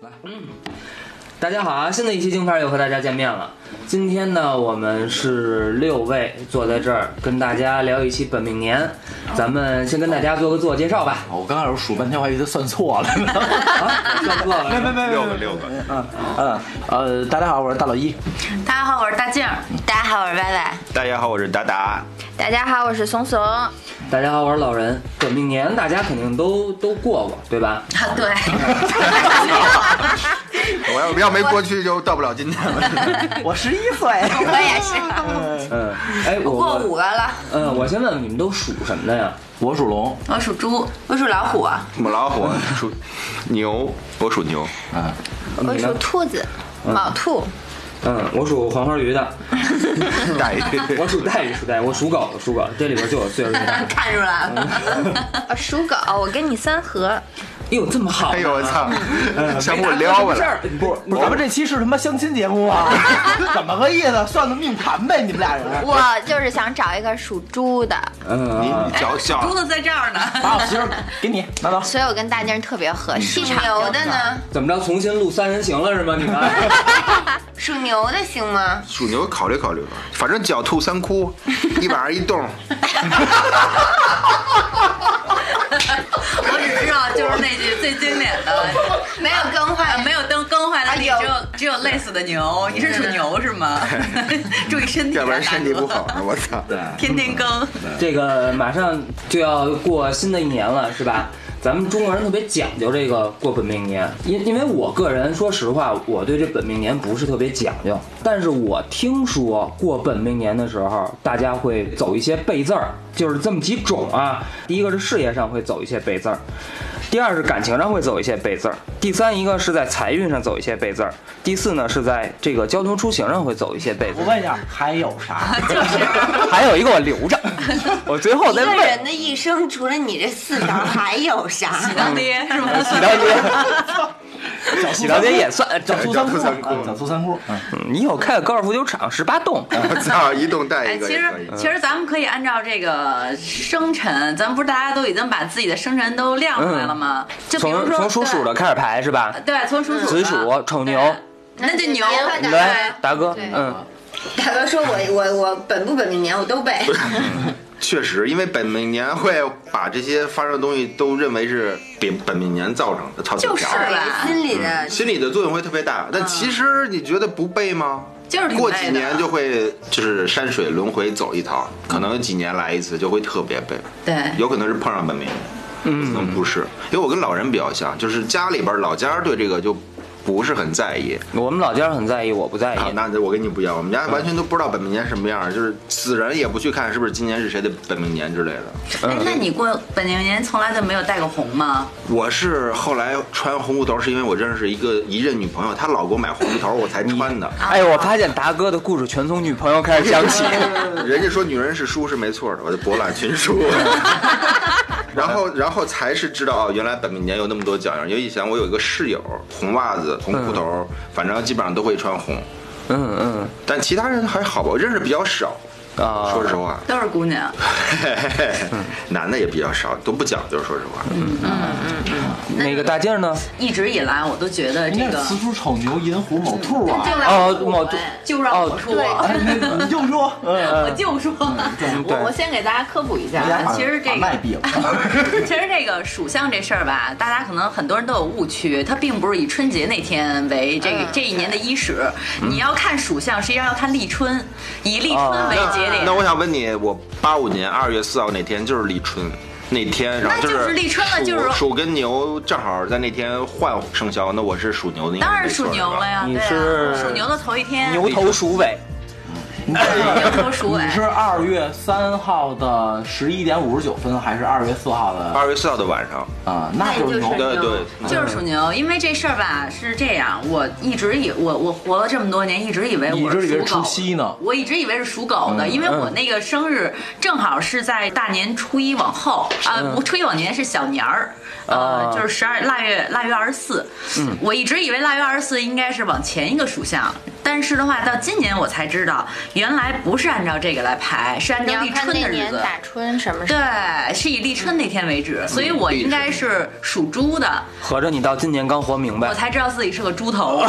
来，嗯，大家好啊！新的一期京片又和大家见面了。今天呢，我们是六位坐在这儿，跟大家聊一期本命年。咱们先跟大家做个自我介绍吧。啊我刚开始数半天，我还以为算错了呢。 啊，算错了，六个六个，嗯，呃，大家好，我是大老一。大家好，我是大静儿。大家好，我是歪歪。大家好，我是达达。大家好，我是怂怂。啊，大家好，我是老人。本命年大家肯定都都过过，对吧？ 对，我要要没过去就到不了今天了。我十一岁。我也是嗯，哎，我过五我个了。嗯，我先问问你们都属什么的呀？我属龙。我属猪，我属老虎，啊母老虎属牛，我属牛。嗯，啊我属兔子，卯兔。嗯，我属黄花鱼的，大爷，我属带鱼，属带鱼，我属狗，属狗，这里边就有岁数最大的。看出来了，啊，属狗，我跟你三合，哟，这么好呢？哎呦我操，想给没我打过撩什过么事来。儿，不是不是，咱们这期是他妈相亲节目啊？ 怎么个意思？算个命盘呗，你们俩人。我就是想找一个属猪的，嗯，你啊你脚猪脚都在这儿呢。把啊我媳妇儿给你，拿走。所以我跟大静特别合适。属牛的呢？怎么着？重新录三人行了是吗？你们属牛的行吗？属牛，考虑考虑吧。反正狡兔三窟，一晚上一洞。我只知道就是那句最经典的，没有更换，没有灯更坏的地，哎呦只有只有累死的牛。你是属牛是吗？注意身体啊，要不然大身体 哥不好。呢。我操！天天更，这个马上就要过新的一年了，是吧？咱们中国人特别讲究这个过本命年，因因为我个人说实话，我对这本命年不是特别讲究，但是我听说过本命年的时候，大家会走一些背字儿，就是这么几种啊。第一个是事业上会走一些背字儿，第二是感情上会走一些背字儿，第三一个是在财运上走一些背字儿，第四呢是在这个交通出行上会走一些背字我儿，问一下，还有 啥？还有一个我留着，我最后一再个问。人的一生，除了你这四条，还有啥？你当爹是吗？洗刀 街，洗刀街也算。呃小出醋三三小醋姑，三姑嗯小醋三姑。嗯你以后开个高尔夫球场，十八洞。我操，一洞带哎，一个其也实可以。嗯其实咱们可以按照这个生辰，咱们不是大家都已经把自己的生辰都亮出来了吗？ 就比如从说从属鼠的开始排是吧？对，呃对，从属鼠的子鼠、丑牛，那就牛。对来，达哥，对嗯，大哥说我我我本不本命年我都背，确实，因为本命年会把这些发生的东西都认为是比本命年造成的，操，就是啊假的吧心里的心理的作用会特别大。但其实你觉得不背吗？啊就是挺过背几的嗯年就会就是山水轮回走一趟，可能几年来一次就会特别背，对，有可能是碰上本命，嗯，可能不是，因为我跟老人比较像，就是家里边老家对这个就不是很在意。我们老家很在意，我不在意啊，。那我跟你不一样，我们家完全都不知道本命年什么样，就是死人也不去看是不是今年是谁的本命年之类的。哎，那你过本命年从来就没有带过红吗？我是后来穿红布头，是因为我认识一个一任女朋友，她老给我买红布头，我才穿的。哎，我发现达哥的故事全从女朋友开始讲起。 人家说女人是书是没错的，我就博览群书。 然后，然后才是知道哦，原来本命年有那么多讲究。因为以前我有一个室友，红袜子、红裤头，反正基本上都会穿红。 嗯但其他人还好吧，我认识比较少。嗯啊，说实话， 都是姑娘，嘿嘿嘿男的也比较少，都不讲究。说实话，那个大劲儿呢？一直以来我都觉得这那个子鼠丑牛寅虎卯兔啊。哎哦，某就让 我哦说，你就 说，我嗯，就说，我我先给大家科普一下我家啊，把其实这嗯把个 麦闭了。其实这个属相这事儿吧，大家可能很多人都有误区，它并不是以春节那天为嗯这个、这一年的伊始。你要看属相，实际上要看立春，以立哦春为节点。那我想问你，我八五年二月四号那天就是立春。那天，然后那就是是立春了属就是鼠跟牛正好在那天换生肖，那我是属牛的，应该当然没错属牛了呀，你对是啊，属牛的头一天，牛头鼠尾，对 牛头鼠尾你。是二月三号的十一点五十九分，还是二月四号的？二月四号的晚上，啊，那就是牛。对对，嗯就是嗯属牛，因为这事儿吧是这样，我一直以我我活了这么多年，一直以为我一直以为是是属狗除夕呢我一直以为是属狗嗯的，因为我那个生日正好是在大年初一往后啊，嗯不初一往年是小年儿，啊哦呃，就是嗯十二腊月腊月二十四，我一直以为腊月二十四应该是往前一个属相，但是的话，到今年我才知道，原来不是按照这个来排，是按你照要立看春那的日年子。打春什么时候。对，是以立春那天为嗯止，所以我应该是属猪的，合着你到今年刚活明白我，才知道自己是个 猪头。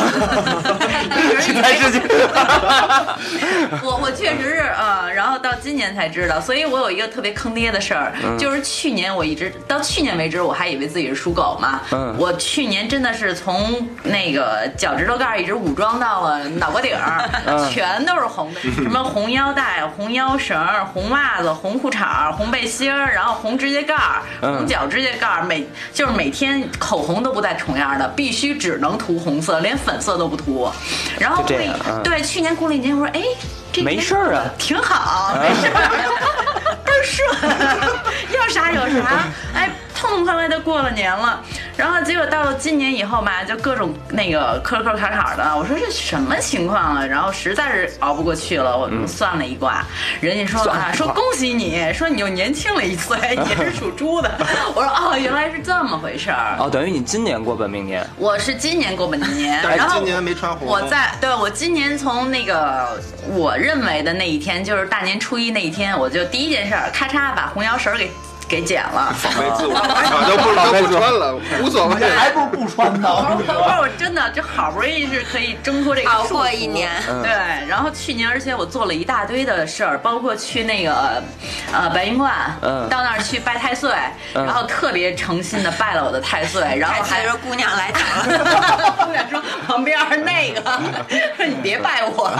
确实以还是为 我我确实是啊、呃然后到今年才知道，所以我有一个特别坑爹的事儿，嗯就是去年我一直到去年为止，我还以为自己是属狗嘛，嗯我去年真的是从那个脚趾头盖儿一直武装到了脑瓜顶儿， 嗯全都是红的，什么红腰带、红腰绳儿、红袜子、红裤衩儿、红背心儿，然后红指甲盖儿、嗯红脚指甲盖儿，每就是每天口红都不带重样儿的，必须只能涂红色，连粉色都不涂，然后就这会样嗯对去年过了一年，我说哎。这没年事儿啊，挺好，没事儿，倍儿顺，要啥有啥，哎，痛痛快快的过了年了。然后结果到了今年以后吧，就各种那个磕磕坎坎的，我说这什么情况啊？然后实在是熬不过去了，我嗯算了一卦，人家说啊，说恭喜你，说你又年轻了一岁，你是属 猪的。我说哦，原来是这么回事啊儿。哦，等于你今年过本命年，我是今年过本年，但是然后哎今年没穿红我在对我今年从那个我认为的那一天，就是大年初一那一天，我就第一件事儿，咔嚓把红腰绳儿给给剪 了。放飞自我， 啊，都不都不穿了，哎无所谓。哎还不如不穿我呢。说 我我真的就好不容易是可以挣脱这个熬束过缚一年对。嗯然后去年，而且我做了一大堆的事儿，包括去那个呃白云观，嗯到那儿去拜太岁，嗯然后特别诚心的拜了我的太岁，然后还还说姑娘来早了，我俩说旁边儿 那个，说你别拜我，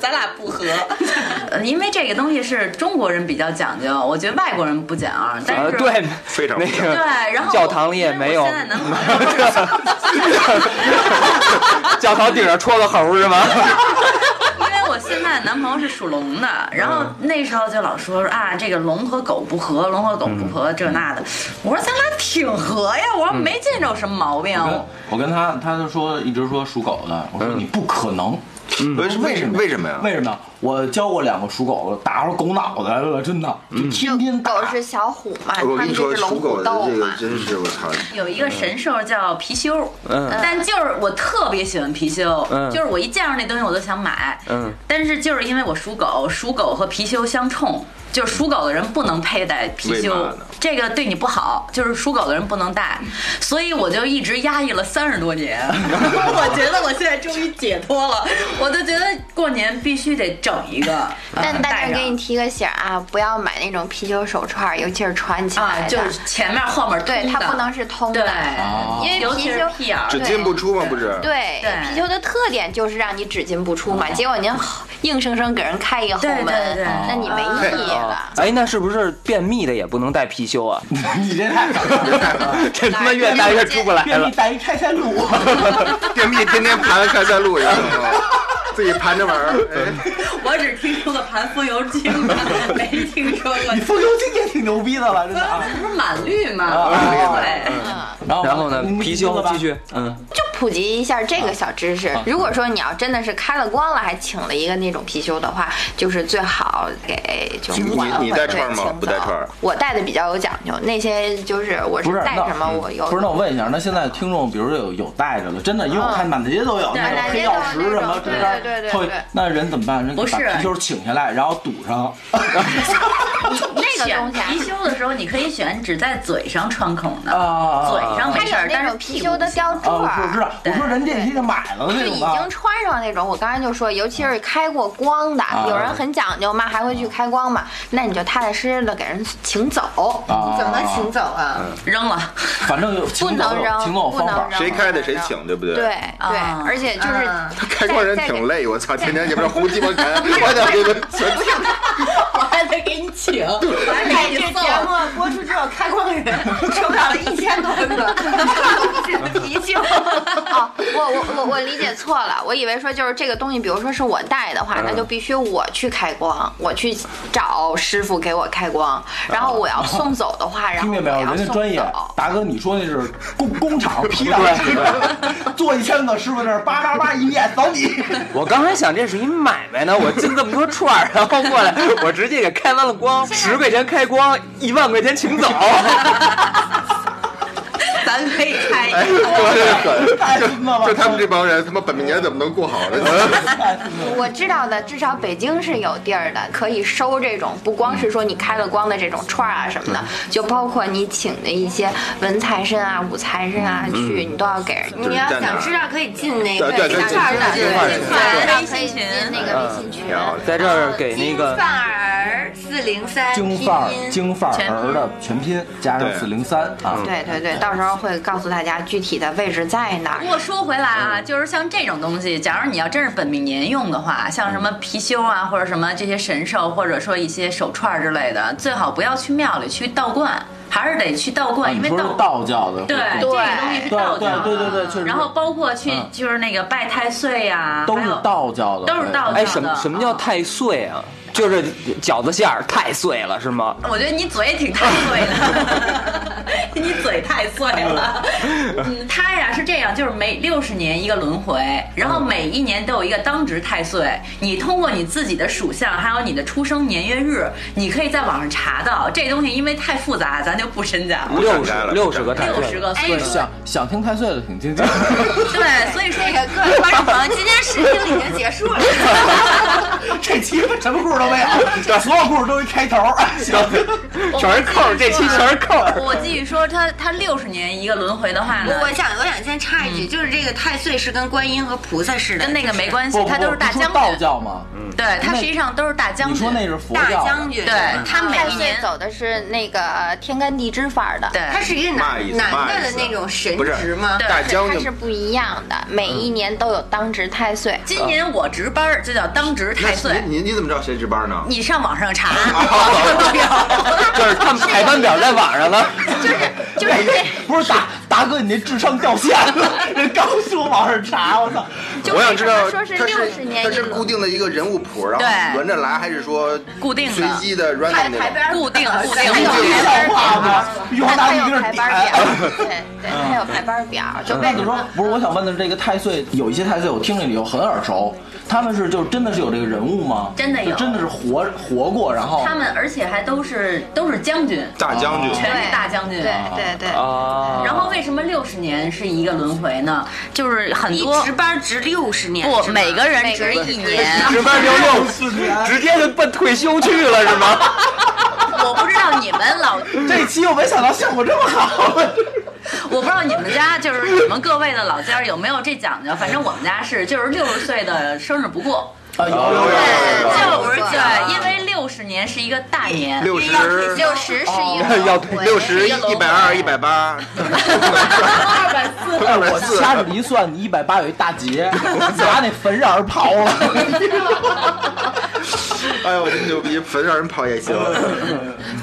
咱俩不合。呃因为这个东西是中国人比较讲究，我觉得外国人不讲啊。但啊，是对，非常那不个对，然后教堂里也没有因为我现在能因 教堂顶上戳个猴是吗？为我现在男朋友是 属龙的，然后那时候就老说说啊，这个龙和狗不合，龙和狗不嗯合这那的。我说咱俩挺合呀，我说没见着有什么毛病。嗯我跟他，他就说一直说属狗的，我说你不可能，嗯为什么？为什么呀？为什么？我教过两个属狗的，打出狗脑袋来了，真的，就天天打狗。是小虎嘛，啊他我跟们你就说，是龙属狗虎的斗这个嗯嘛。真是我 操！有一个神兽叫貔貅，嗯但就是我特别喜欢貔貅，嗯就是我一见着那东西我都想买，嗯，但是就是因为我属狗，属狗和貔貅相冲，就是属狗的人不能佩戴貔为嘛貅呢，这个对你不好，就是属狗的人不能戴，所以我就一直压抑了三十多年，我觉得我现在终于解脱了，我就觉得过年必须得整一个，但嗯但戴是上给你提个醒儿啊，不要买那种貔貅手串儿，尤其是穿起啊，来的，就是前面后面对通它的不能是通对的，，因为尤其是貔貅屁眼儿只进不出吗？不是？对，对貔貅的特点就是让你只进不出嘛，结果您硬生生给人开一个后对门，对嗯对那你没意义了。哎，那是不是便秘的也不能带貔貅啊？ 你这太狠 了， 这他妈越带越出不来便了秘。带一开塞露，便秘天天盘开塞 露，你知道吗？自己盘着玩儿。哎我只听说过盘风油精，没听说过你。风油精也挺牛逼的了，真的 啊。不是满绿吗？啊对，然后呢，你貔貅继。续，嗯，就普及一下这个小知识。如果说你要真的是开了光了，还请了一个那种貔貅的话，就是最好给就你还你回戴串儿吗对清走不戴串儿我戴的比较有讲究，那些就是我不是是戴那什么我有。不是，那我问一下，那现在听众，比如说有有带着的，真的，因为我看满大街都有那嗯满种大黑街都曜有石那什种么，对这边对对对会对那人怎么办？人不把是貔貅请下来，然后堵 上，啊那个选东西啊貔貅的时候，你可以选只在嘴上穿孔的，啊嘴上它没事儿有，那但是种貔屁貅股的吊坠啊，儿。我知道，我说人电梯上买了那是已种啊的经，穿上那种，我刚才就说，尤其是开过光的，啊有人很讲究嘛，还会去开光嘛，那你就踏踏实实的给人请走。啊，怎么请走啊？嗯 扔了。反正有不请走能有扔，请走有不方能法扔。谁开的谁不能扔。请，对不对？对对，啊而且就是啊开光人挺累，我操，天天你们这胡鸡巴干，我得给们全我还得给你请，我还得给你送。目播出之后，开光 人收到了一千多个 提醒。哦，我我我我理解错了，我以为说就是这个东西，比如说是我带的嗯话，那就必须我去开光，我去找师傅给我开光，然后我要送走的话，然后听见没有？我要人家送专业走，达哥，你说那是工工厂批量制 的，做一千个师傅在那儿叭叭叭一念，走你。我刚才想这是一买卖呢，我进这么多串儿，然后过来，我直接给开完了 光，十块钱开光，一万块钱请走。咱可以开嗯哎，一个。多 得太孙子了很！就他们这帮人，他妈本命年怎么能过好呢？我知道的，至少北京是有地儿的，可以收这种，不光是说你开了光的这种串儿啊什么的，就包括你请的一些文财神啊、武财神嗯啊去，你都要给人。就是你要在哪想儿知道，可以进那呃对嗯对个对大串儿的，进对进进进串儿对啊的可以进那个微信群。漂亮。在这儿给那个金范儿四零三拼京范儿音京范全儿拼的全拼加上对嗯四零三啊，对对对，到时候会告诉大家具体的位置在哪儿不。过说回来啊，就是像这种东西，假如你要真是本命年用的话，像什么貔貅啊，或者什么这些神兽，或者说一些手串之类的，最好不要去庙里，去道观，还是得去道啊观，因你为说是道道教的，对这对个东西是道教的，对对对对确实然后包括去嗯就是那个拜太岁呀，都还是有道教的，都是道哎，教什么的什么叫嗯太碎啊？就是饺子馅儿太碎了是吗？我觉得你嘴也挺太碎的， 你嘴太碎了。 嗯，他呀是这样，就是每六十年一个轮回，嗯然后每一年都有一个当值太岁。你通过你自己的属相，还有你的出生年月日，你可以在网上查到这东西，因为太复杂，咱就不深讲了。六展十开了六十个不太展碎，六十个哎岁对数，想想听太岁的，请听 听。对，所以说这个各位观众朋友，今天试听已经结束 了。这期什么故事都没有，所有故事都一开头。 全是扣儿这期全是扣儿。 我继续说，他他六十年一个轮回的话呢 我，我想我想先插一句，就是这个太岁是跟观音和菩萨似嗯的，跟那个就是没关系不，不他都是不大说将道军，教吗？ 对他实际上都是大将你军说。那是佛大教啊的将军，对嗯他每太一岁年走的是那个天干地支范儿的，对，他是一个嘛意男思男嘛的意的思那种神不是职吗？对大将它军是不一样的，每嗯一年都有当值太岁。今年我值班儿就叫当值太岁，你你你怎么知道谁值班呢？你上网 上查，我看就是他们排班表在网上了， 不了，就是这，不是达达哥，你那智商掉线了，人刚说往上查，我操！就我想知道为什么他说是是60年他是一轮固定的一个人物谱，然对后轮着来，还是说固定的随机的 random 那种？ 固定固定还有固定排像话班吗表，？玉皇大它帝有跟排这班表，点。对对，它有排班表，就为 那你什说么？不是？我想问的是，这个太岁有一些太岁，我听了以后很耳熟，他们是就真的是有这个人物吗？真的有就真的是活活过，然后他们，而且还都是都是将军，大将军，全是大将嗯对军。对对，哦啊，然后为什么六十年是一个轮回呢？就是很一多值班值六十年，不是吗每个人每个值人一值年， 值班就用，四年直接就奔退休去了是吗？我不知道你们老这期我没想到效果这么好，我不知道你们家就是你们各位的老家有没有这讲究，反正我们家是，就是六十岁的生日不过，啊有有有对就对对，因为六十年是一个大年，啊六因为要退十休六十是 一哦个要回六十一个一百二一百八，二百四，哎，我掐指一算，你一百八有一大 截，拿那坟让人刨 了。哎呦，我真牛逼，坟让人跑也行。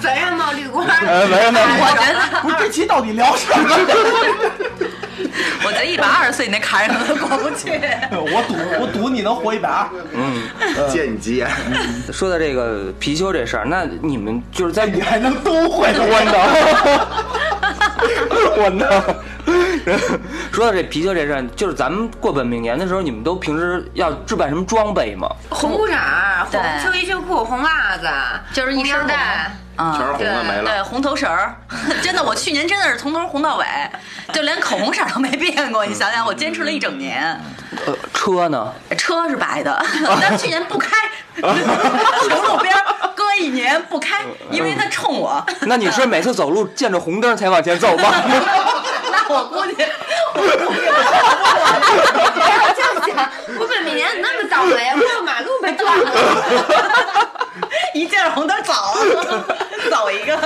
坟上冒绿光。呃，没有没有，我觉得。不是这期到底聊什 么？我觉得一百二十岁你那坎上都过不 去。我赌我赌你能活一百二，借你吉言，说到这个貔貅这事儿，那你们就是在你还能都会呢我能， 我能。说到这貔貅这事儿，就是咱们过本命年的时候，你们都平时要置办什么装备吗？红裤衩儿、对红秋衣秋裤、红袜子，就是一红身腰带。啊全是红的没了对，红头绳儿， 真的，我去年真的是从头红到尾，就连口红色儿都没变过。你想想，我坚持了一整年。呃，车呢？嗯车是白 的，但去年不开， 停路边儿搁一年不开，因为他冲我。 那你是每次走路见着红灯才往前走吗？那我估计，我就想， 我本命年怎么那么倒霉啊？过马路被 撞了。一见着红灯走， 走一个。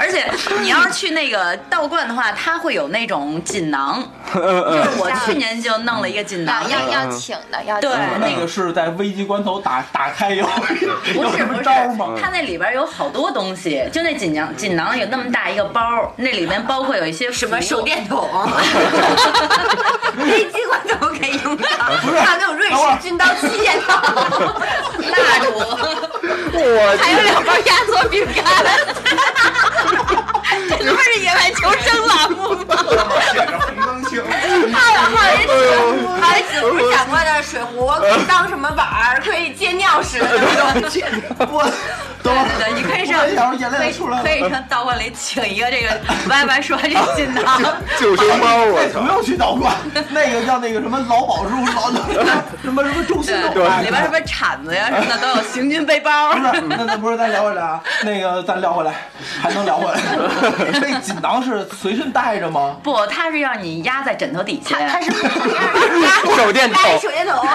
而且你要是去那个道观的话，它会有那种锦囊，就是我去年就弄了一个锦啊囊，要要请的，要请对的那个是在危机关头打打开有不哎有是什不么是招吗？，它那里边有好多东西，就那锦囊锦囊有那么大一个包，那里面包括有一些什什么手 电筒，飞机关头可以用到，还有那种瑞士 军刀、气垫刀，蜡烛。还有两包压缩饼干，这不是野外求生栏目吗？写着红灯区。还有几不是讲过的水壶可以当什么碗儿，可以接尿使的那种。我对对对，你可我以也想上，让眼泪可以出来了可以上道观里请一个这个歪歪说这锦 囊， 救生包，我哎不操！用去道 观，那个叫那个什么劳保处老 什么什么中心对，路哎里边什么铲子呀什么的都有，行军背包不。 是，那那不是，咱聊回来啊，那个咱聊回来，还能聊回来。那锦囊是随身带着吗？不，它是让你压在枕头底下，他他是压手电筒压一手电筒，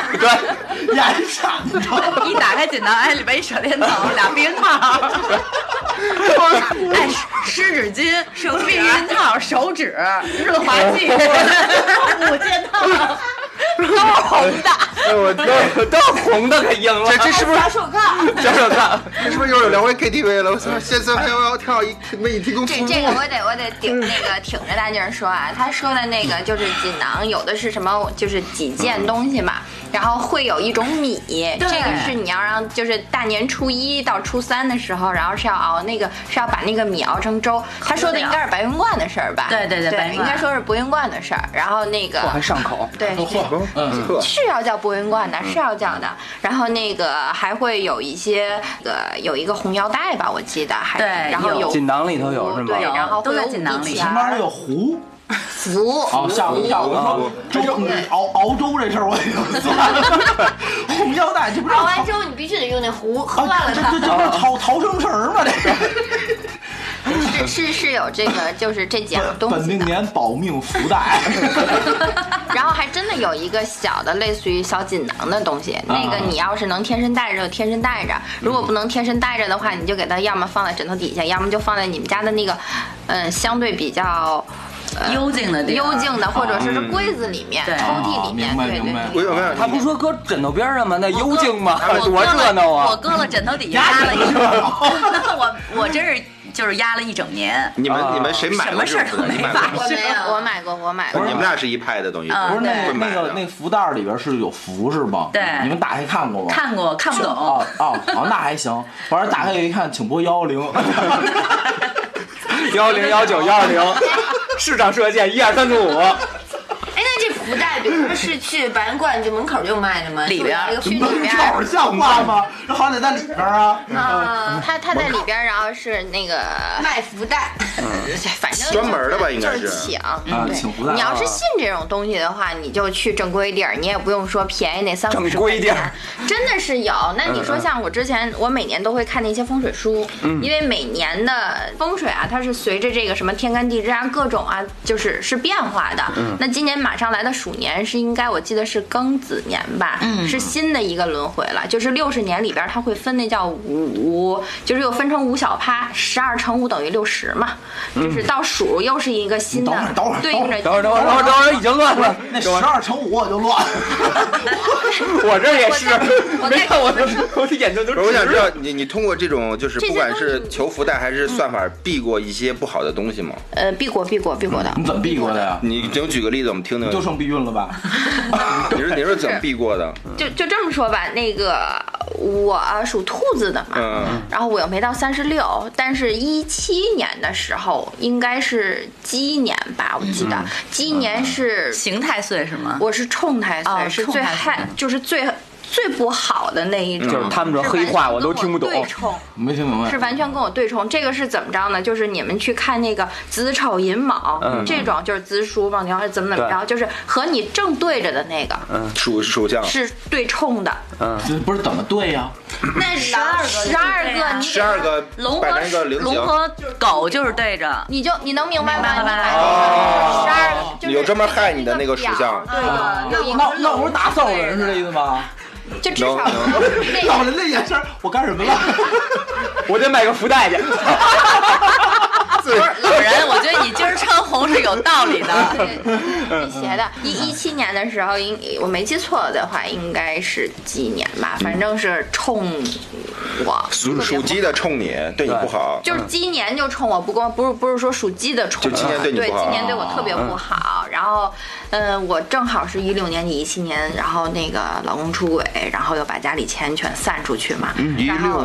眼闪着，一打开锦囊，哎，里边一手电 筒，俩避孕套，哎，湿纸巾、手避孕套、手指、润滑剂、五件套，都是红的。哎我都都是红的，可硬了这。这是不是小手铐。小手套， 这是不是又有聊回 KTV 了？我操！现在还要要跳一为你提供服 这务，这个我得我得嗯顶那个挺着大劲儿说啊，他说的那个就是锦囊，有的是什么就是几件东西嘛，然后会有一种米，这个是你要让就是大年初一到初三的时候，然后是要熬那个是要把那个米熬成粥。他说的应该是白云观的事儿吧？对对对对，白云应观该说是博云观的事儿。然后那个我还上口。对。不嗯特是要叫博云观的，嗯是要叫的。然后那个还会有一些，呃，有一个红腰带吧，我记得还是。对然后有有锦囊里头有是吗？对，有然后都会在有啊锦囊五里帝前钱面还有壶。福哦，下午下午说粥，你熬熬粥这事儿我也有算了。红腰带这不是熬完之后你必须得用那壶喝啊完了这这它。这不是逃逃生绳儿吗？这个是是是有这个，就是这几样东本西命的。年保命福袋， 然后还真的有一个小的，类似于小锦囊的东西，啊那个你要是能贴身带着就贴身带着，如果不能贴身带着的话，你就给它要么放在枕头底下，要么就放在你们家的那个，嗯，相对比较幽静的地方幽静的，或者说是柜子里面、嗯抽屉里哦面，明白对对明白对。我有没有？他不说搁枕头边儿上吗？那幽静吗啊我？多搁了热闹我啊！搁了枕头底下压了一， 我我真是就是压了一整年，你们啊你们谁买什么过事这儿种都福袋？没你买发过吗我没生。有我买过，我买过不是。你们俩是一派的，等于嗯不是那会买那个的那福袋里边是有符是吗？对你们打开看过吗？看过看不懂哦，哦哦，那还行。完了打开一看，请拨幺幺零。幺零幺九幺二零， 市长射箭一二三四五，哎，那这福袋，比如说是去白云观这门口就卖的吗？里边儿就有一个去里 门边口像话吗？这好歹在里边儿啊。 啊，它它在里边儿，然后是那个，嗯卖福袋，反正专门儿的吧就是应该就是是请，啊，对请福袋。你要是信这种东西的话，你就去正规地儿，你也不用说便宜那三五正十块规地钱儿，嗯真的是有。那你说像我之前，我每年都会看那些风水书，因为每年的风水啊，它是随着这个什么天干地支啊，各种啊，就是是变化的。嗯那今年马上来的鼠年是应该我记得是庚子年吧，嗯是新的一个轮回了，就是六十年里边儿它会分那叫五，就是又分成五小趴，十二乘五等于六十嘛，就是到鼠又是一个新的等会儿等会儿，对应着嗯等会儿等会儿等会儿等会儿已经乱了，那十二乘五我就乱了。我这也是我，在没看我这我这眼睛都不是，我直想知了。道你你通过这种就是这些不管是东西求福袋还是算法避过一些不好的东西吗？呃，避过避过避过的。 嗯你怎么避过的呀？你能举个例子我们听听？ 就剩避孕了吧？ 你说你说怎么避过的？就就这么说吧，那个我啊属兔子的嘛，嗯，然后我又没到三十六，但是一七年的时候应该是鸡年吧，我记嗯得鸡年是、 形态岁是吗？我是冲太岁，哦是冲最太岁害就是最最不好的那一种，就是他们这是黑话完全我都跟听不懂嗯对冲没听明白是。完全跟我对冲。这个是怎么着呢？就是你们去看那个子丑寅卯、嗯这种，就是子鼠卯牛还是怎么怎么着，就是和你正对着的那个属属相是对冲的。这不是怎么对呀？那十二个，十二对啊个，你十二个龙摆和成一个菱龙形，和狗就是对着，你就你能明白吗？明白了十二个，就是有专门害你的那个属相对啊的，有一那那我是打扫人是这的，意思吗？ 就至少能能那老人的眼神儿，我干什 么了？ 我得买个福袋去。不是老人，我觉得你今儿穿红是有道理的。对斜的。一一七年的时候，应我没记错的话，应该是几年吧，反正是冲我， 属属鸡的冲你，对你不好。就是今年就冲我不光不是不是说属鸡的冲我，嗯就今年对对你不好嗯今年对我特别不好。然后，嗯，我正好是一六年底一七年，然后那个老公出轨，然后又把家里钱全散出去嘛，一然六后。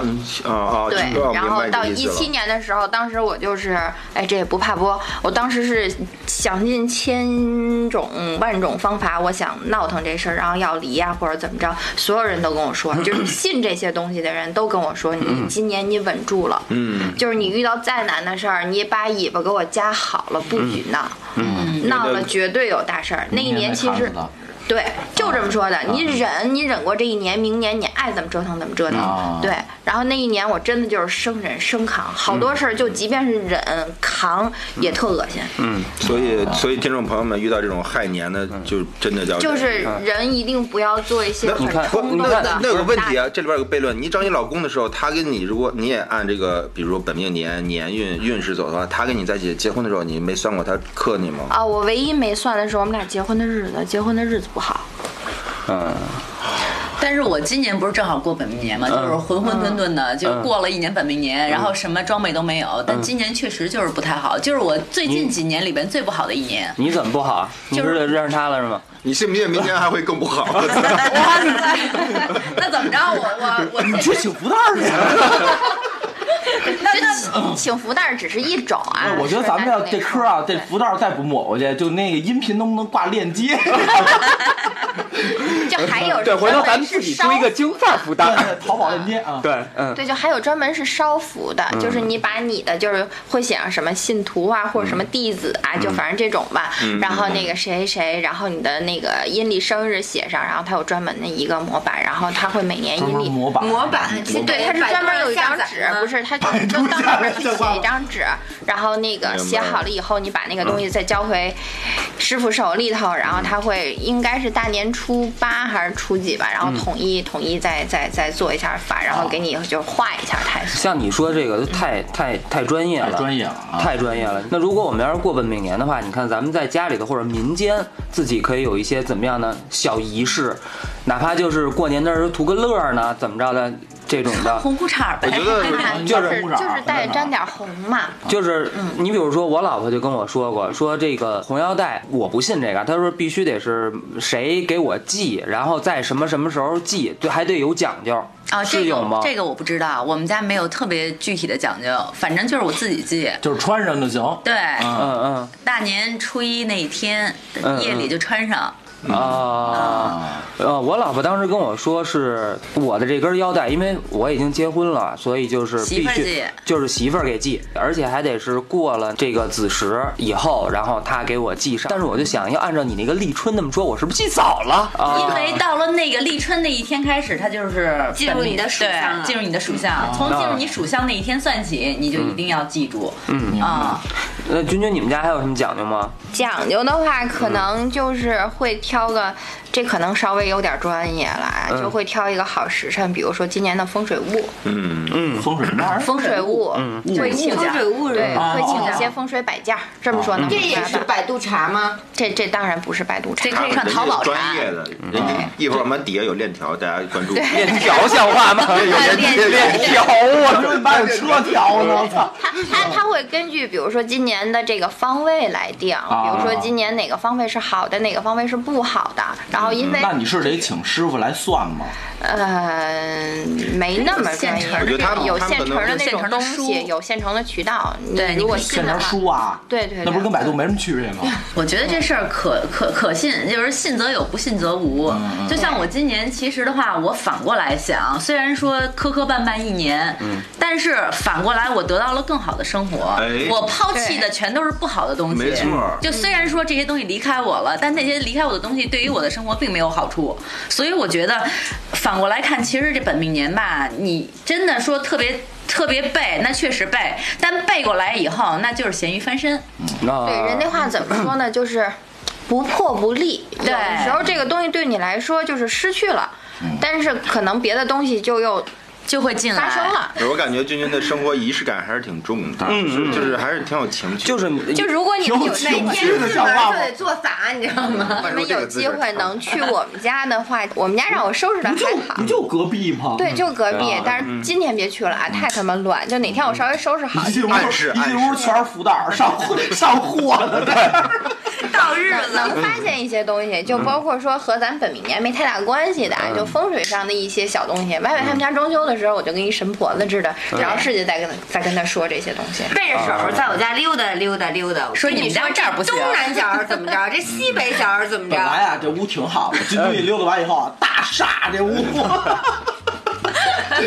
啊啊，对嗯这个，然明后白到你的意一思了七年的时候，当时我就是，哎，这也不怕播，我当时是想尽千种万种方法，我想闹腾这事儿，然后要离呀、啊或者怎么着，所有人都跟我说，就是信这些东西的人都跟我说，你今年你稳住了，嗯，就是你遇到再难的事儿，你也把尾巴给我夹好了，不许闹，嗯，闹了绝对有大事儿。那一明年才其看实着。呢对，就这么说的。你忍，你忍过这一年，明年你爱怎么折腾怎么折腾。啊对，然后那一年我真的就是生忍生扛，好多事儿就即便是忍扛也特恶心。所以嗯所以听众朋友们遇到这种害年的，嗯就真的叫就是人一定不要做一些那很看不，冲动那的。那有个问题啊，这里边有个悖论。你找你老公的时候，他跟你如果你也按这个，比如说本命年年运运势走的话，他跟你在一起结婚的时候，你没算过他克你吗？啊、我唯一没算的是我们俩结婚的日子，结婚的日子不好。嗯，但是我今年不是正好过本命年嘛，就是浑浑沌沌的，就过了一年本命年，然后什么装备都没有。但今年确实就是不太好，就是我最近几年里边最不好的一年。你怎么不好？你不是认识他了是吗？你信不信明年还会更不好？ 那怎么着？我 我我这请福袋儿去。啊 那那请福袋儿只是一种啊。我觉得是咱们要那这种嗑啊，对这福袋儿再不抹过去，就那个音频能不能挂链接？ 就还有对，回头咱专门们是自己烧出一个京范儿福袋。淘宝链接 啊。 对，嗯，对，就还有专门是烧符的，就是你把你的就是会写上什么信徒啊，或者嗯什么弟子啊，就反正这种吧。然后那个谁谁谁，然后你的那个阴历生日写上，然后它有专门的一个模板，然后它会每年专阴门历。模板，模板，对，它是专门有一张纸，不是是，它就就当下来面就挂写一了张纸，然后那个写好了以后，你把那个东西再交回师傅手里头，然后他会应该是大年初八还是初几吧，然后统一统一再再再做一下法，然后给你就画一下台数。像你说这个都太太太专业太了，专业了啊！太专业了。那如果我们要是过本命年的话，你看咱们在家里头或者民间自己可以有一些怎么样的小仪式，哪怕就是过年的时候图个乐儿呢，怎么着的这种的， 红裤衩我呗。觉得就是啊就是带沾点红嘛，就是你比如说，我老婆就跟我说过，说这个红腰带我不信这个，她说必须得是谁给我系，然后在什么什么时候系，对，还得有讲究啊，是这有吗个？这个我不知道，我们家没有特别具体的讲究，反正就是我自己记。就是穿上就行。对，嗯大年初一那一天嗯夜里就穿上，嗯啊。呃，我老婆当时跟我说是我的这根腰带，因为我已经结婚了，所以就是媳必妇儿须系就是媳妇儿给系，而且还得是过了这个子时以后，然后她给我系上。但是我就想要按照你那个立春那么说，我是不是系早了嗯啊？因为到了那个立春那一天开始，它就是进入你的属相对了进入你的属相，从进入你属相那一天算起，你就一定要记住，嗯啊，那君君，你们家还有什么讲究 吗？讲究的话，可能就是会挑个，这可能稍微有点专业了啊，就会挑一个好时辰，比如说今年的风水物，嗯，风水那儿风水物，会请风水物对，人，会请哦一些风水摆件儿，这么嗯说能这明也白是吧百度查吗？这这当然不是百度茶这，可以上淘宝查。专业的，人家一会儿我们底下有链条，大家关注。链条像话吗？链链链条，啊啊我说你 把我车调了，我操！它它它会根据比如说今年的这个方位来定，比如说今年哪个方位是好的，哪个方位是不好的，然后因为那你是得请师傅来算吗？呃，没那么专业，我觉得他们有他们现可成能的那有现种成的东书西，有现成的渠道。对你如果你可以现信的成话，书啊，对对对那不是跟百度没什么区别吗？我觉得这事儿可可可信，就是信则有，不信则无。嗯就像我今年，其实的话，我反过来想，虽然说磕磕绊绊一年，嗯但是反过来我得到了更好的生活。哎我抛弃的全都是不好的东西，没错嗯儿就虽然说这些东西离开我了，但那些离开我的东西对于我的生活并没有好处，所以我觉得反过来看，其实这本命年吧，你真的说特别特别背，那确实背，但背过来以后，那就是咸鱼翻身。那对人那话怎么说呢？就是不破不立。有对的时候这个东西对你来说就是失去了，但是可能别的东西就又就会进来发生了。 我感觉君君的生活仪式感还是挺重的，就是就是还是挺有情趣。就是就如果你们有那挺有天趣的像话就吗得做法，你知道吗？迈你入们这有个姿机势会能去我们家的话，我们家让我收拾的还不就好不。就隔壁吗？对，就隔壁啊，但是今天别去了啊，太他妈乱！就哪天我嗯稍微收拾好一一点进屋暗示一进屋全是福袋儿，上上货的，到日能子。能发现一些东西，就包括说和咱本命年没太大关系的啊，嗯就风水上的一些小东西。外外他们家装修的时候，我就跟一神婆子似的，嗯然后世界再跟再跟他说这些东西。背着手在我家溜达溜达溜达，说你们家这儿不行东南角怎么着，这西北角怎么本来着，啊，这屋挺好的，进去溜达完以后啊，大厦这屋，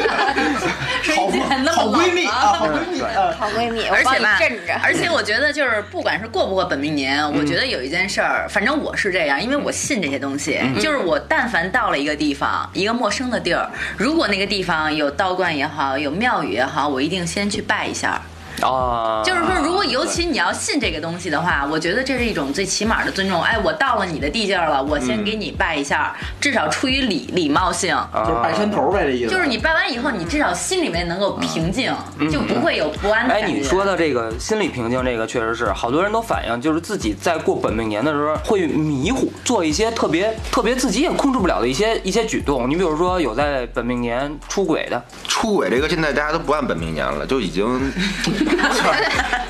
好见那么好冷啊闺蜜啊，好闺蜜啊，好闺蜜，我而帮且你吧镇着，。而且我觉得就是不管是过不过本命年，我嗯觉得有一件事儿，反正我是这样，因为我信这些东西。嗯就是我但凡到了一个地方，一个陌生的地儿，如果那个地方有道观也好，有庙宇也好，我一定先去拜一下。啊，就是说，如果尤其你要信这个东西的话，我觉得这是一种最起码的尊重。哎，我到了你的地界儿了，我先给你拜一下，至少出于礼礼貌性。嗯啊就是拜山。头呗，这意思。就是你拜完以后，你至少心里面能够平静，就不会有不安的嗯哎，感觉。你说的这个心理平静，这个确实是好多人都反映，就是自己在过本命年的时候会迷糊，做一些特别特别自己也控制不了的一些一些举动。你比如说，有在本命年出轨的，出轨这个现在大家都不按本命年了，就已经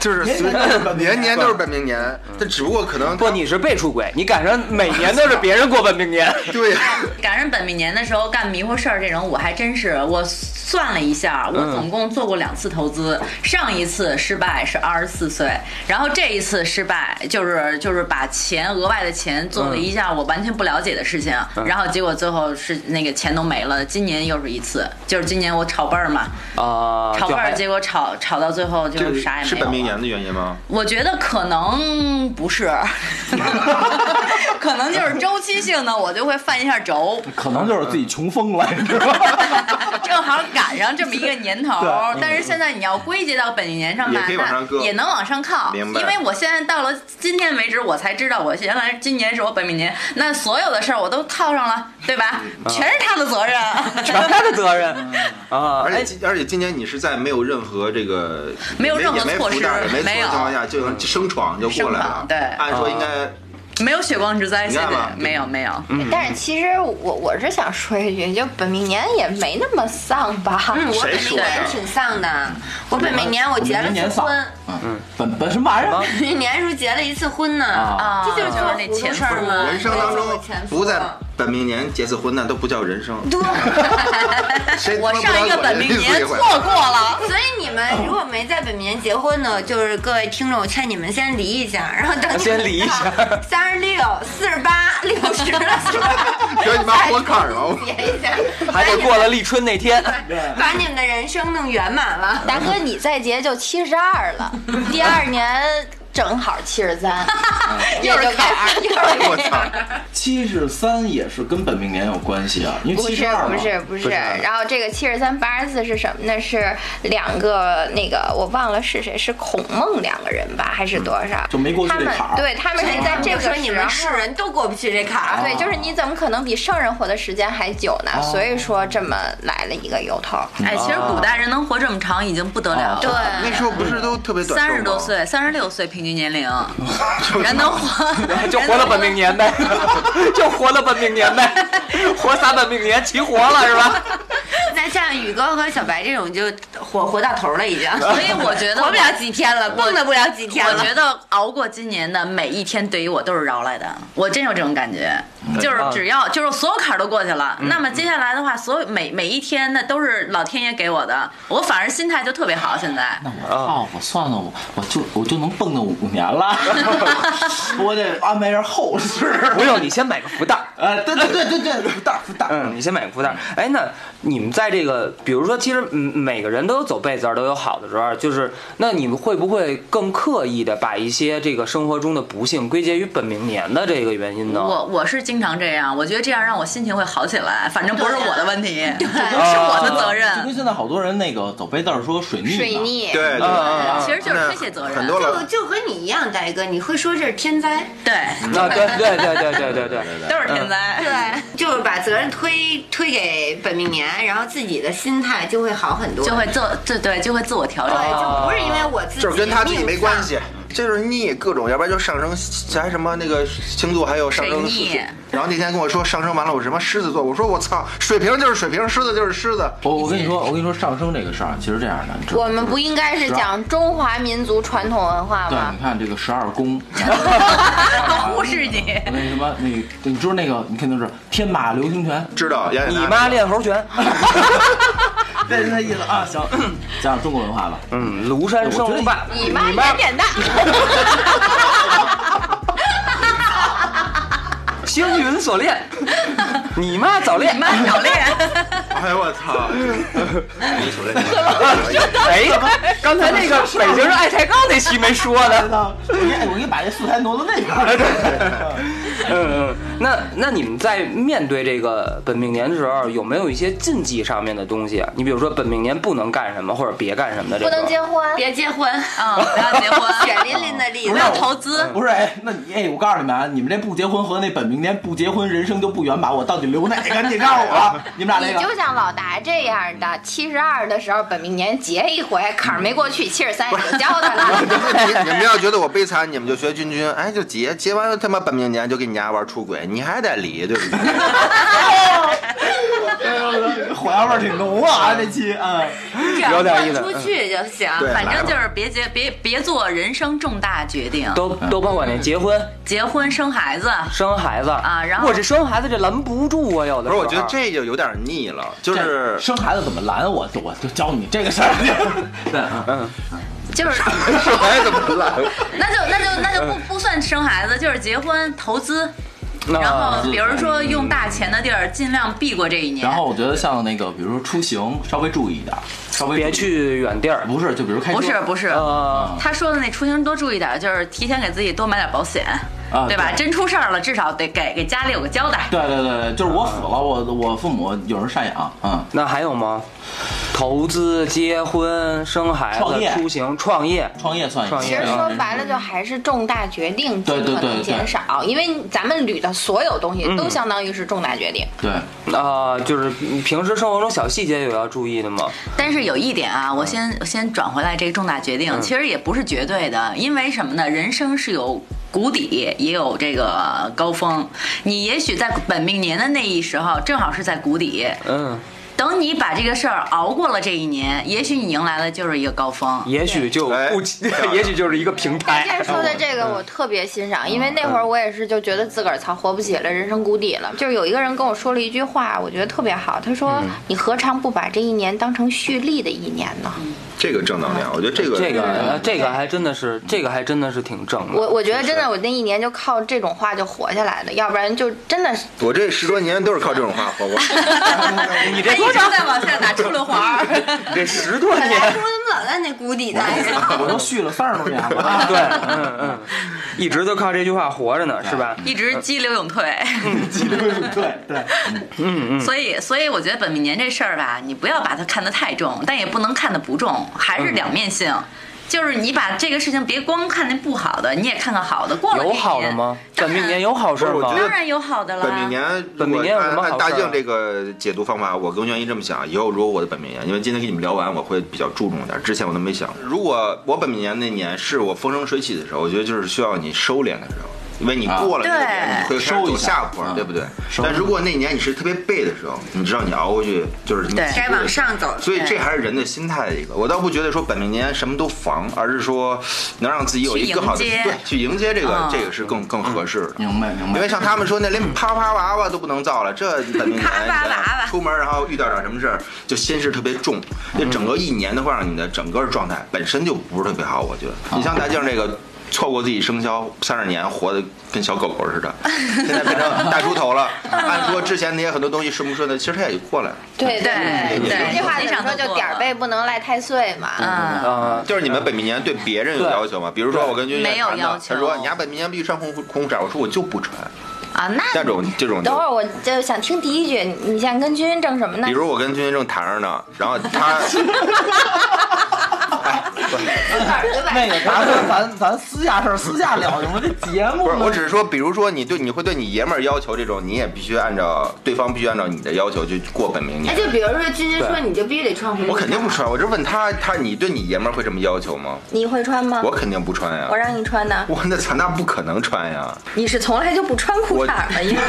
就是年随年都是本命年年年都是本命年，但只不过可能不，你是被出轨，你赶上每年都是别人过本命年。对赶上本命年的时候干迷糊事儿这种，我还真是我算了一下，我总共做过两次投资，上一次失败是二十四岁，然后这一次失败就是就是把钱额外的钱做了一下我完全不了解的事情，嗯然后结果最后是那个钱都没了。今年又是一次，就是今年我炒倍儿嘛，啊，炒就倍还儿，结果炒炒到最后这就个啥也是没有啊本命了。年的原因吗？我觉得可能不是， 可能就是周期性的，我就会犯一下轴。可能就是自己穷疯了，你知道吗？ 正好赶上这么一个年头对，但是现在你要归结到本命年上嗯也吧，可以往上搁那也能往上靠。明因白为我现在到了今天为止，我才知道我原来今年是我本命年，那所有的事儿我都套 上了，对吧？嗯全是他的责任。全他的责任啊。而且哎，今而且今年你是在没有任何这个没有任何也没措福施袋也没没错有的情况下，就就生闯就过来生了闯。对按说应该 没有血光之灾，你现看吧嗯在没有没有。但是其实我我是想说一句，就本命年也没那么丧吧。嗯，我谁本命说的年挺丧的， 我本命年我结了本命次年丧婚，嗯，本本什么玩意儿？本命年时候结了一次婚呢，啊这就是就做是那糊涂前事儿夫吗？人生当我中前夫不在本命年结次婚，那都不叫人生。 对，谁我他妈不上一了解个本命这年一错回过了，所以你们如果没在本命年结婚呢，就是各位听众，我劝你们先离一下，然后等你们先离一下三十六、四十八、六十的时候，给你妈活坎儿了结一 下，还得过了立春那 天，把你们的人生弄圆满了。达哥，你再结就七十二 了，第二年正好七十三， 也就赶上， 又是我操！七十三也是跟本命年有关系啊，因为不七是十二不是不是，不是啊然后这个七十三八十四是什么呢？是两个那个我忘了是谁，是孔孟两个人吧，还是多少？就没过去他这们坎儿对他们是在这就个说嗯你们时世候人都过不去这坎儿。对，就是你怎么可能比圣人活的时间还久呢？所以说这么来了一个由头。哎，其啊实古代人能活这么长已经不得了了。对，那时候不是都特别短寿吗三十多，岁，三十六岁平均 年龄，人能活就活到本命年 呗，就活到本命年呗，活仨本命年齐活了是吧？那像宇哥和小白这种就活活到头了，已经。所以我觉得活不了几天了，蹦跶不了几天我了。觉得熬过今年的每一天，对于我都是饶来的。我真有这种感觉，就是只要就是所有坎儿都过去了，那么接下来的话，所有每每一天那都是老天爷给我的，我反而心态就特别好。现在那我操！我啊算算，我我就我就能蹦到五年了， 我得安排一下后事。不用，你先买个福袋儿。哎，对对对对对，不大不大。嗯，你先买个福袋儿。哎，那你们在这个，比如说，其实嗯每个人都有走背字儿，都有好的时候，就是那你们会不会更刻意的把一些这个生活中的不幸归结于本命年的这个原因呢？我我是经常这样，我觉得这样让我心情会好起来。反正不是我的问题，不是我的责就任，跟现在好多人那个走背字儿说水逆嘛，水逆，对啊啊啊其实就是推卸责任很多就了，就和你一样，呆哥，你会说这是天灾，对，啊，对对对对对对对，都是天灾。对，就是把责任推推给本命年，然后自己的心态就会好很多，就会自对对，就会自我调整。哦对，就不是因为我自己，就是跟他自己没关系，，这就是逆各种，要不然就上升还什么那个星座，还有上升水逆水然后那天跟我说上升完了，我什么狮子座，我说我操，水瓶就是水瓶，狮子就是狮子。我我跟你说，我跟你说上升这个事儿啊，其实这样的，你知道吗我们不应该是讲中华民族传统文化对，吗你？看这个十二 宫，忽视你。 那什么，那个你知道那个，你肯定是天马流星拳，知道，雅典你娜妈练猴拳，这是那意思啊。行，讲讲中国文化吧。嗯，庐山升龙霸，你妈也点大，星云锁链，你妈早恋，慢早恋，哎呦我 操！你瞅这，哎，刚才那个北京人爱抬杠那期没说呢。我给你我给你把这素材挪到那边儿。 嗯，嗯，那那你们在面对这个本命年的时候，有没有一些禁忌上面的东西啊？你比如说本命年不能干什么，或者别干什么的这不个。能结婚， 别结婚啊！不要结婚， 血淋淋的例不子是。要投资。不是，哎，那你哎，我告诉你们啊，你们这不结婚和那本命年不结婚，人生就不圆满。我到底留哪个？你告诉我，你们俩你哪就个？像老达这样的，七十二的时候本命年结一回，坎儿没过去，七十三也就交 他了。你 你们要觉得我悲惨，你们就学君君，哎，就结结完了他妈本命年就给你家玩出轨，你还得离，对不 对？火药味儿挺浓啊，这期嗯。有点意思豁出去就行，对反正就是别结，别别做人生重大决定，都嗯都包括那结婚、结婚生孩子。生孩子啊然后我这生孩子这拦不住啊，有的时不是，候我觉得这就有点腻了，就这是生孩子怎么拦我？我就教你这个事儿。 对，嗯就是，生孩子怎么了？ 那就那就那就不不算生孩子，就是结婚投资，那然后比如说用大钱的地儿尽量避过这一年然。后我觉得像那个，比如说出行稍微注意一点，稍微注意别，去远地儿。不是就比如开车，不是不嗯是，呃，他说的那出行多注意点，就是提前给自己多买点保险，啊对吧？对真出事儿了，至少得给给家里有个交代。对对对对，就是我死了，我我父母有人赡养，嗯，那还有吗？投资、结婚、生孩创子业、出行、创业，创业算一个。啊创其业实说白了，就还是重大决定对尽对对可对嗯能减少，因为咱们捋的所有东西都相当于是重大决定。对，啊，就是平时生活中小细节有要注意的吗？但是有一点嗯啊，我先、我先转回来这个重大决定，其实也不是绝对的，因为什么呢？人生是有。谷底也有这个高峰，你也许在本命年的那一时候，正好是在谷底。嗯，等你把这个事儿熬过了这一年，也许你迎来的就是一个高峰。也许就哎不， 也许就是一个平大哎台。健说的这个嗯我特别欣赏，因为那会儿我也是就觉得自个儿操活不起了，人生谷底了。就是有一个人跟我说了一句话，我觉得特别好，他说：“嗯你何尝不把这一年当成蓄力的一年呢嗯这个正能量，我觉得这个这个呃这个还真的是，这个还真的是挺正？”的。我我觉得真的，我那一年就靠这种话就活下来了，要不然就真的是我这十多年都是靠这种话活过。你他一直在往下打出溜滑儿。 这十多本来年，说怎么老在那谷 底呢？我都 续了三十多年 了，对，嗯嗯，一直都靠这句话活着呢，是吧？一直激流勇退，对对，嗯所以所以我觉得本命年这事儿吧，你不要把它看得太重，但也不能看得不重，还是两面性。就是你把这个事情别光看那不好的，你也看看好的。过了这一有年好的吗？本命年有好事不是我吗觉？得当然有好的了。本命年，本命年有什么按好事儿按大啊静这个解读方法，我更愿意这么想。以后如果我的本命年，因为今天跟你们聊完，我会比较注重一点，之前我都没想。如果我本命年那年是我风生水起的时候，我觉得就是需要你收敛的时候。因为你过了那个年，啊你会开始收走一下下坡嗯，对不对？收但如果那年你是特别背的时候，你知道你熬过去就是你对体会该往上走了。所以这还是人的心态的一个。我倒不觉得说本命年什么都防，而是说能让自己有一个更好的去迎接对去迎接这个嗯，这个是更更合适的。明白明因为白。像他们说那连啪啪娃娃都不能造了，这本命年 啪啪娃娃出门然后遇到点什么事儿，就心事特别重，这整个一年的话，你的整个状态本身就不是特别好，我觉得。啊你像大静这个。错过自己生肖三十年，活得跟小狗狗似的，现在变成大猪头 了。按说之前那些很多东西顺不顺的，其实他也就过来了。对对对这句话怎么说对就点儿背不能赖太岁嘛。嗯，啊，就是你们本命年对别人有对要求吗？比如说我跟君君没有谈要的，求他说你家本命年必须穿红裤红裤衩，我说我就不穿。啊，那这种这种就等会儿我就想听第一句，你你现在跟君君争什么呢比？ 如我跟君君正谈着呢，然后他，哎，哪儿就把那个咱们咱咱私下事儿私下聊行吗？这节目不是，呢我只是说，比如说你对你会对你爷们儿要求这种，你也必须按照对方必须按照你的要求去过本命年。哎，就比如说君君说对你就必须得穿红，我肯定不。穿，我就问他，他你对你爷们儿会这么要求吗？你会穿吗？我肯定不穿呀啊我。让你穿的， 我那咱那不可能穿呀！你是从来就不穿裤衩儿 的，因为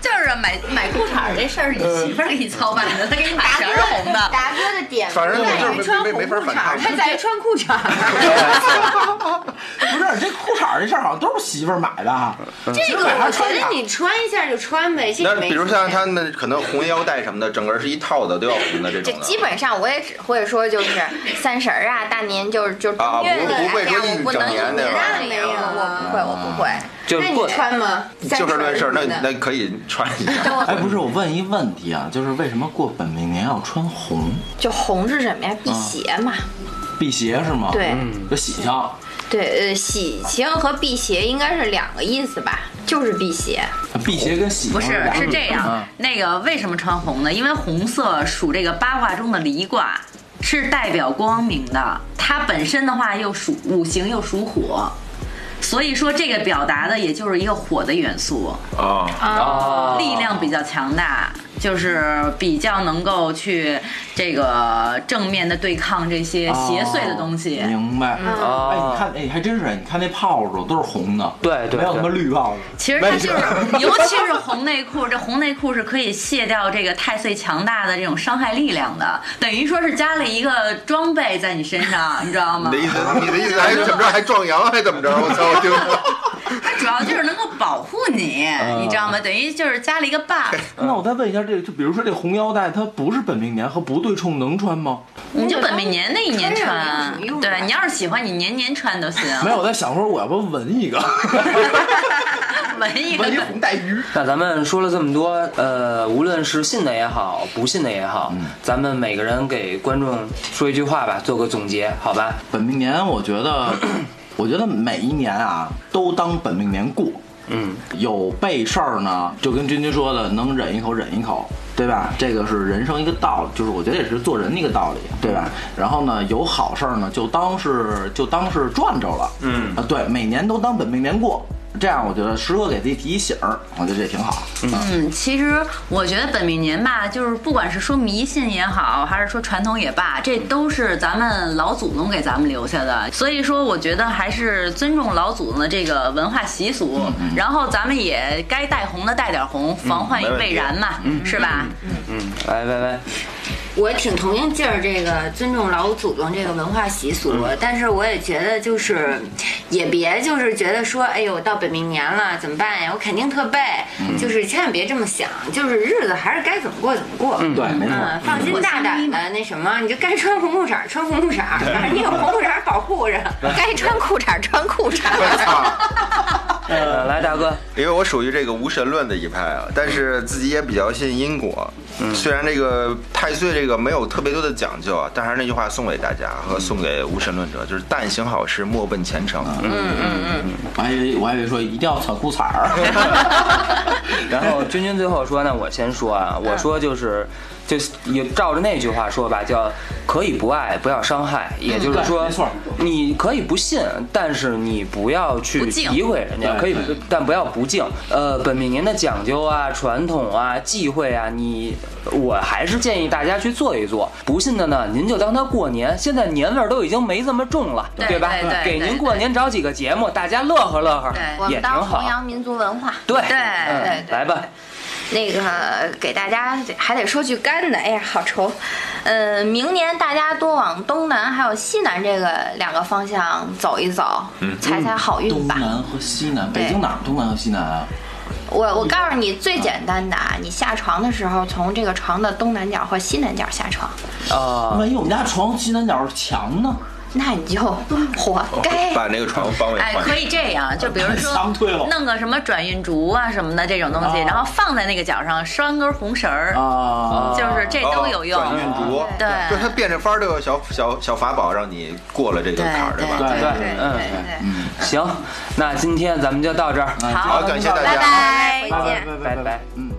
就是买买裤衩儿这事儿，你媳妇儿给你操办的，她给你打全是红的。达哥的点反正不在我于就是穿没没没法红裤反衩，抗他在于穿 裤衩。哎 不是这裤衩儿这事儿好像都是媳妇儿买的，这媳个妇儿买还我是觉穿得的你穿一下就穿呗，这那个没比如什么像他那可能红腰带什么的，整个是一套的都要红的这这种的。基本上我也只会说就是三十儿啊、大年就是就是啊正啊月不的，不会哎呀说一我不能整一年嗯那年玩意啊儿没有，我不会，我不会。就那是你过穿吗？就事论事儿，那30那可以穿一 下。哎，不是，我问一问题啊，就是为什么过本命年要穿红？就红是什么呀？嗯辟邪嘛。辟邪是吗？对，有喜庆。对，呃，喜庆和辟邪应该是两个意思吧？就是辟邪。辟邪跟喜庆不是俩，是这样啊。那个为什么穿红呢？因为红色属这个八卦中的离卦，是代表光明的。它本身的话又属五行又属火，所以说这个表达的也就是一个火的元素，啊，啊，力量比较强大。就是比较能够去这个正面的对抗这啊些邪祟的东西，嗯哦明白。哎，你啊，看，哎，还真是，你看那炮竹都是红的，对对没有对他妈绿帽子。其实它就是， 尤其是红内裤，这红内裤是可以卸掉这个太岁强大的这种伤害力量的，等于说是加了一个装备在你身上，你知 道你吗的？意思，你的意思还怎么着？还壮阳还怎么着？我操， 我听不它主要就是能够保护你，你知道吗？等于就是加了一个 buff。那我再问一下，这个就比如说这红腰带，它不是本命年和不对冲能穿吗？你就本命年那一年穿上穿了有什么用，啊对你要是喜欢，你年年穿都行。没有，我在想说我要不纹一个， 纹一个纹一红带鱼。那咱们说了这么多，呃，无论是信的也好，不信的也好，咱们每个人给观众说一句话吧，做个总结，好吧？本命年，我觉 得，我觉得每一年啊，都当本命年过。嗯，有背事儿呢，就跟君君说的，能忍一口忍一口，对吧？这个是人生一个道理，就是我觉得也是做人的一个道理，对吧？然后呢，有好事儿呢，就当是就当是赚着了，嗯啊，对，每年都当本命年过，这样我觉得时刻给自己提醒儿，我觉得这挺好。嗯，嗯，其实我觉得本命年吧，就是不管是说迷信也好，还是说传统也罢，这都是咱们老祖宗给咱们留下的。所以说，我觉得还是尊重老祖宗的这个文化习俗，然后咱们也该带红的带点红，防患于未然嘛，是吧？嗯，来来来，我挺同意劲儿这个尊重老祖宗这个文化习俗，嗯但是我也觉得就是，也别就是觉得说，哎呦，到本命年了怎么办呀？我肯定特背，嗯就是千万别这么想，就是日子还是该怎么过怎么过。对，没错。嗯，放心大胆的那什么，你就该穿红裤衩儿穿红 裤衩儿，反正你有红裤衩儿保护着。该穿裤衩儿穿 裤衩儿。操！呃，来大哥，因为我属于这个无神论的一派啊，但是自己也比较信因果。虽然这个太岁这个没有特别多的讲究啊，但还是那句话送给大家和送给无神论者，就是但行好事，莫问前程。嗯我还以为我还以为说一定要穿裤衩儿。然后君君最后说，那我先说啊，我说就是，就也照着那句话说吧，叫可以不爱，不要伤害，也就是对说，没错你可以不信，但是你不要去不敬诋毁人家，对可以对，但不要不敬。呃，本命年的讲究啊、传统啊、忌讳啊，你我还是建议大家去做一做。不信的呢，您就当它过年，现在年味儿都已经没这么重了，对吧对对？给对您过对年找几个节目，大家乐呵乐呵对我也挺们当好弘。扬民族文化。对，对嗯对对来吧，那个给大家还得说句干的，哎呀，好愁。呃，明年大家多往东南还有西南这个两个方向走一走，嗯踩踩好运东吧。南和西南，对北京哪儿东南和西南啊？我我告诉你最简单的啊，你下床的时候从这个床的东南角或西南角下床，啊、万一我们家床西南角是墙呢？那你就 活该。嗯哦把那个床方位哎，换可以这样，就比如说墙退了弄个什么转运竹啊什么的这种东西，啊然后放在那个角上，拴根红绳儿，啊，就是这都有用。哦转运竹，对就它变着法儿都有小小小法宝让你过了这个坎儿，对吧？对对对嗯对对，行，那今天咱们就到这儿，好啊好，感谢大拜家。拜回拜见拜。拜拜拜。嗯。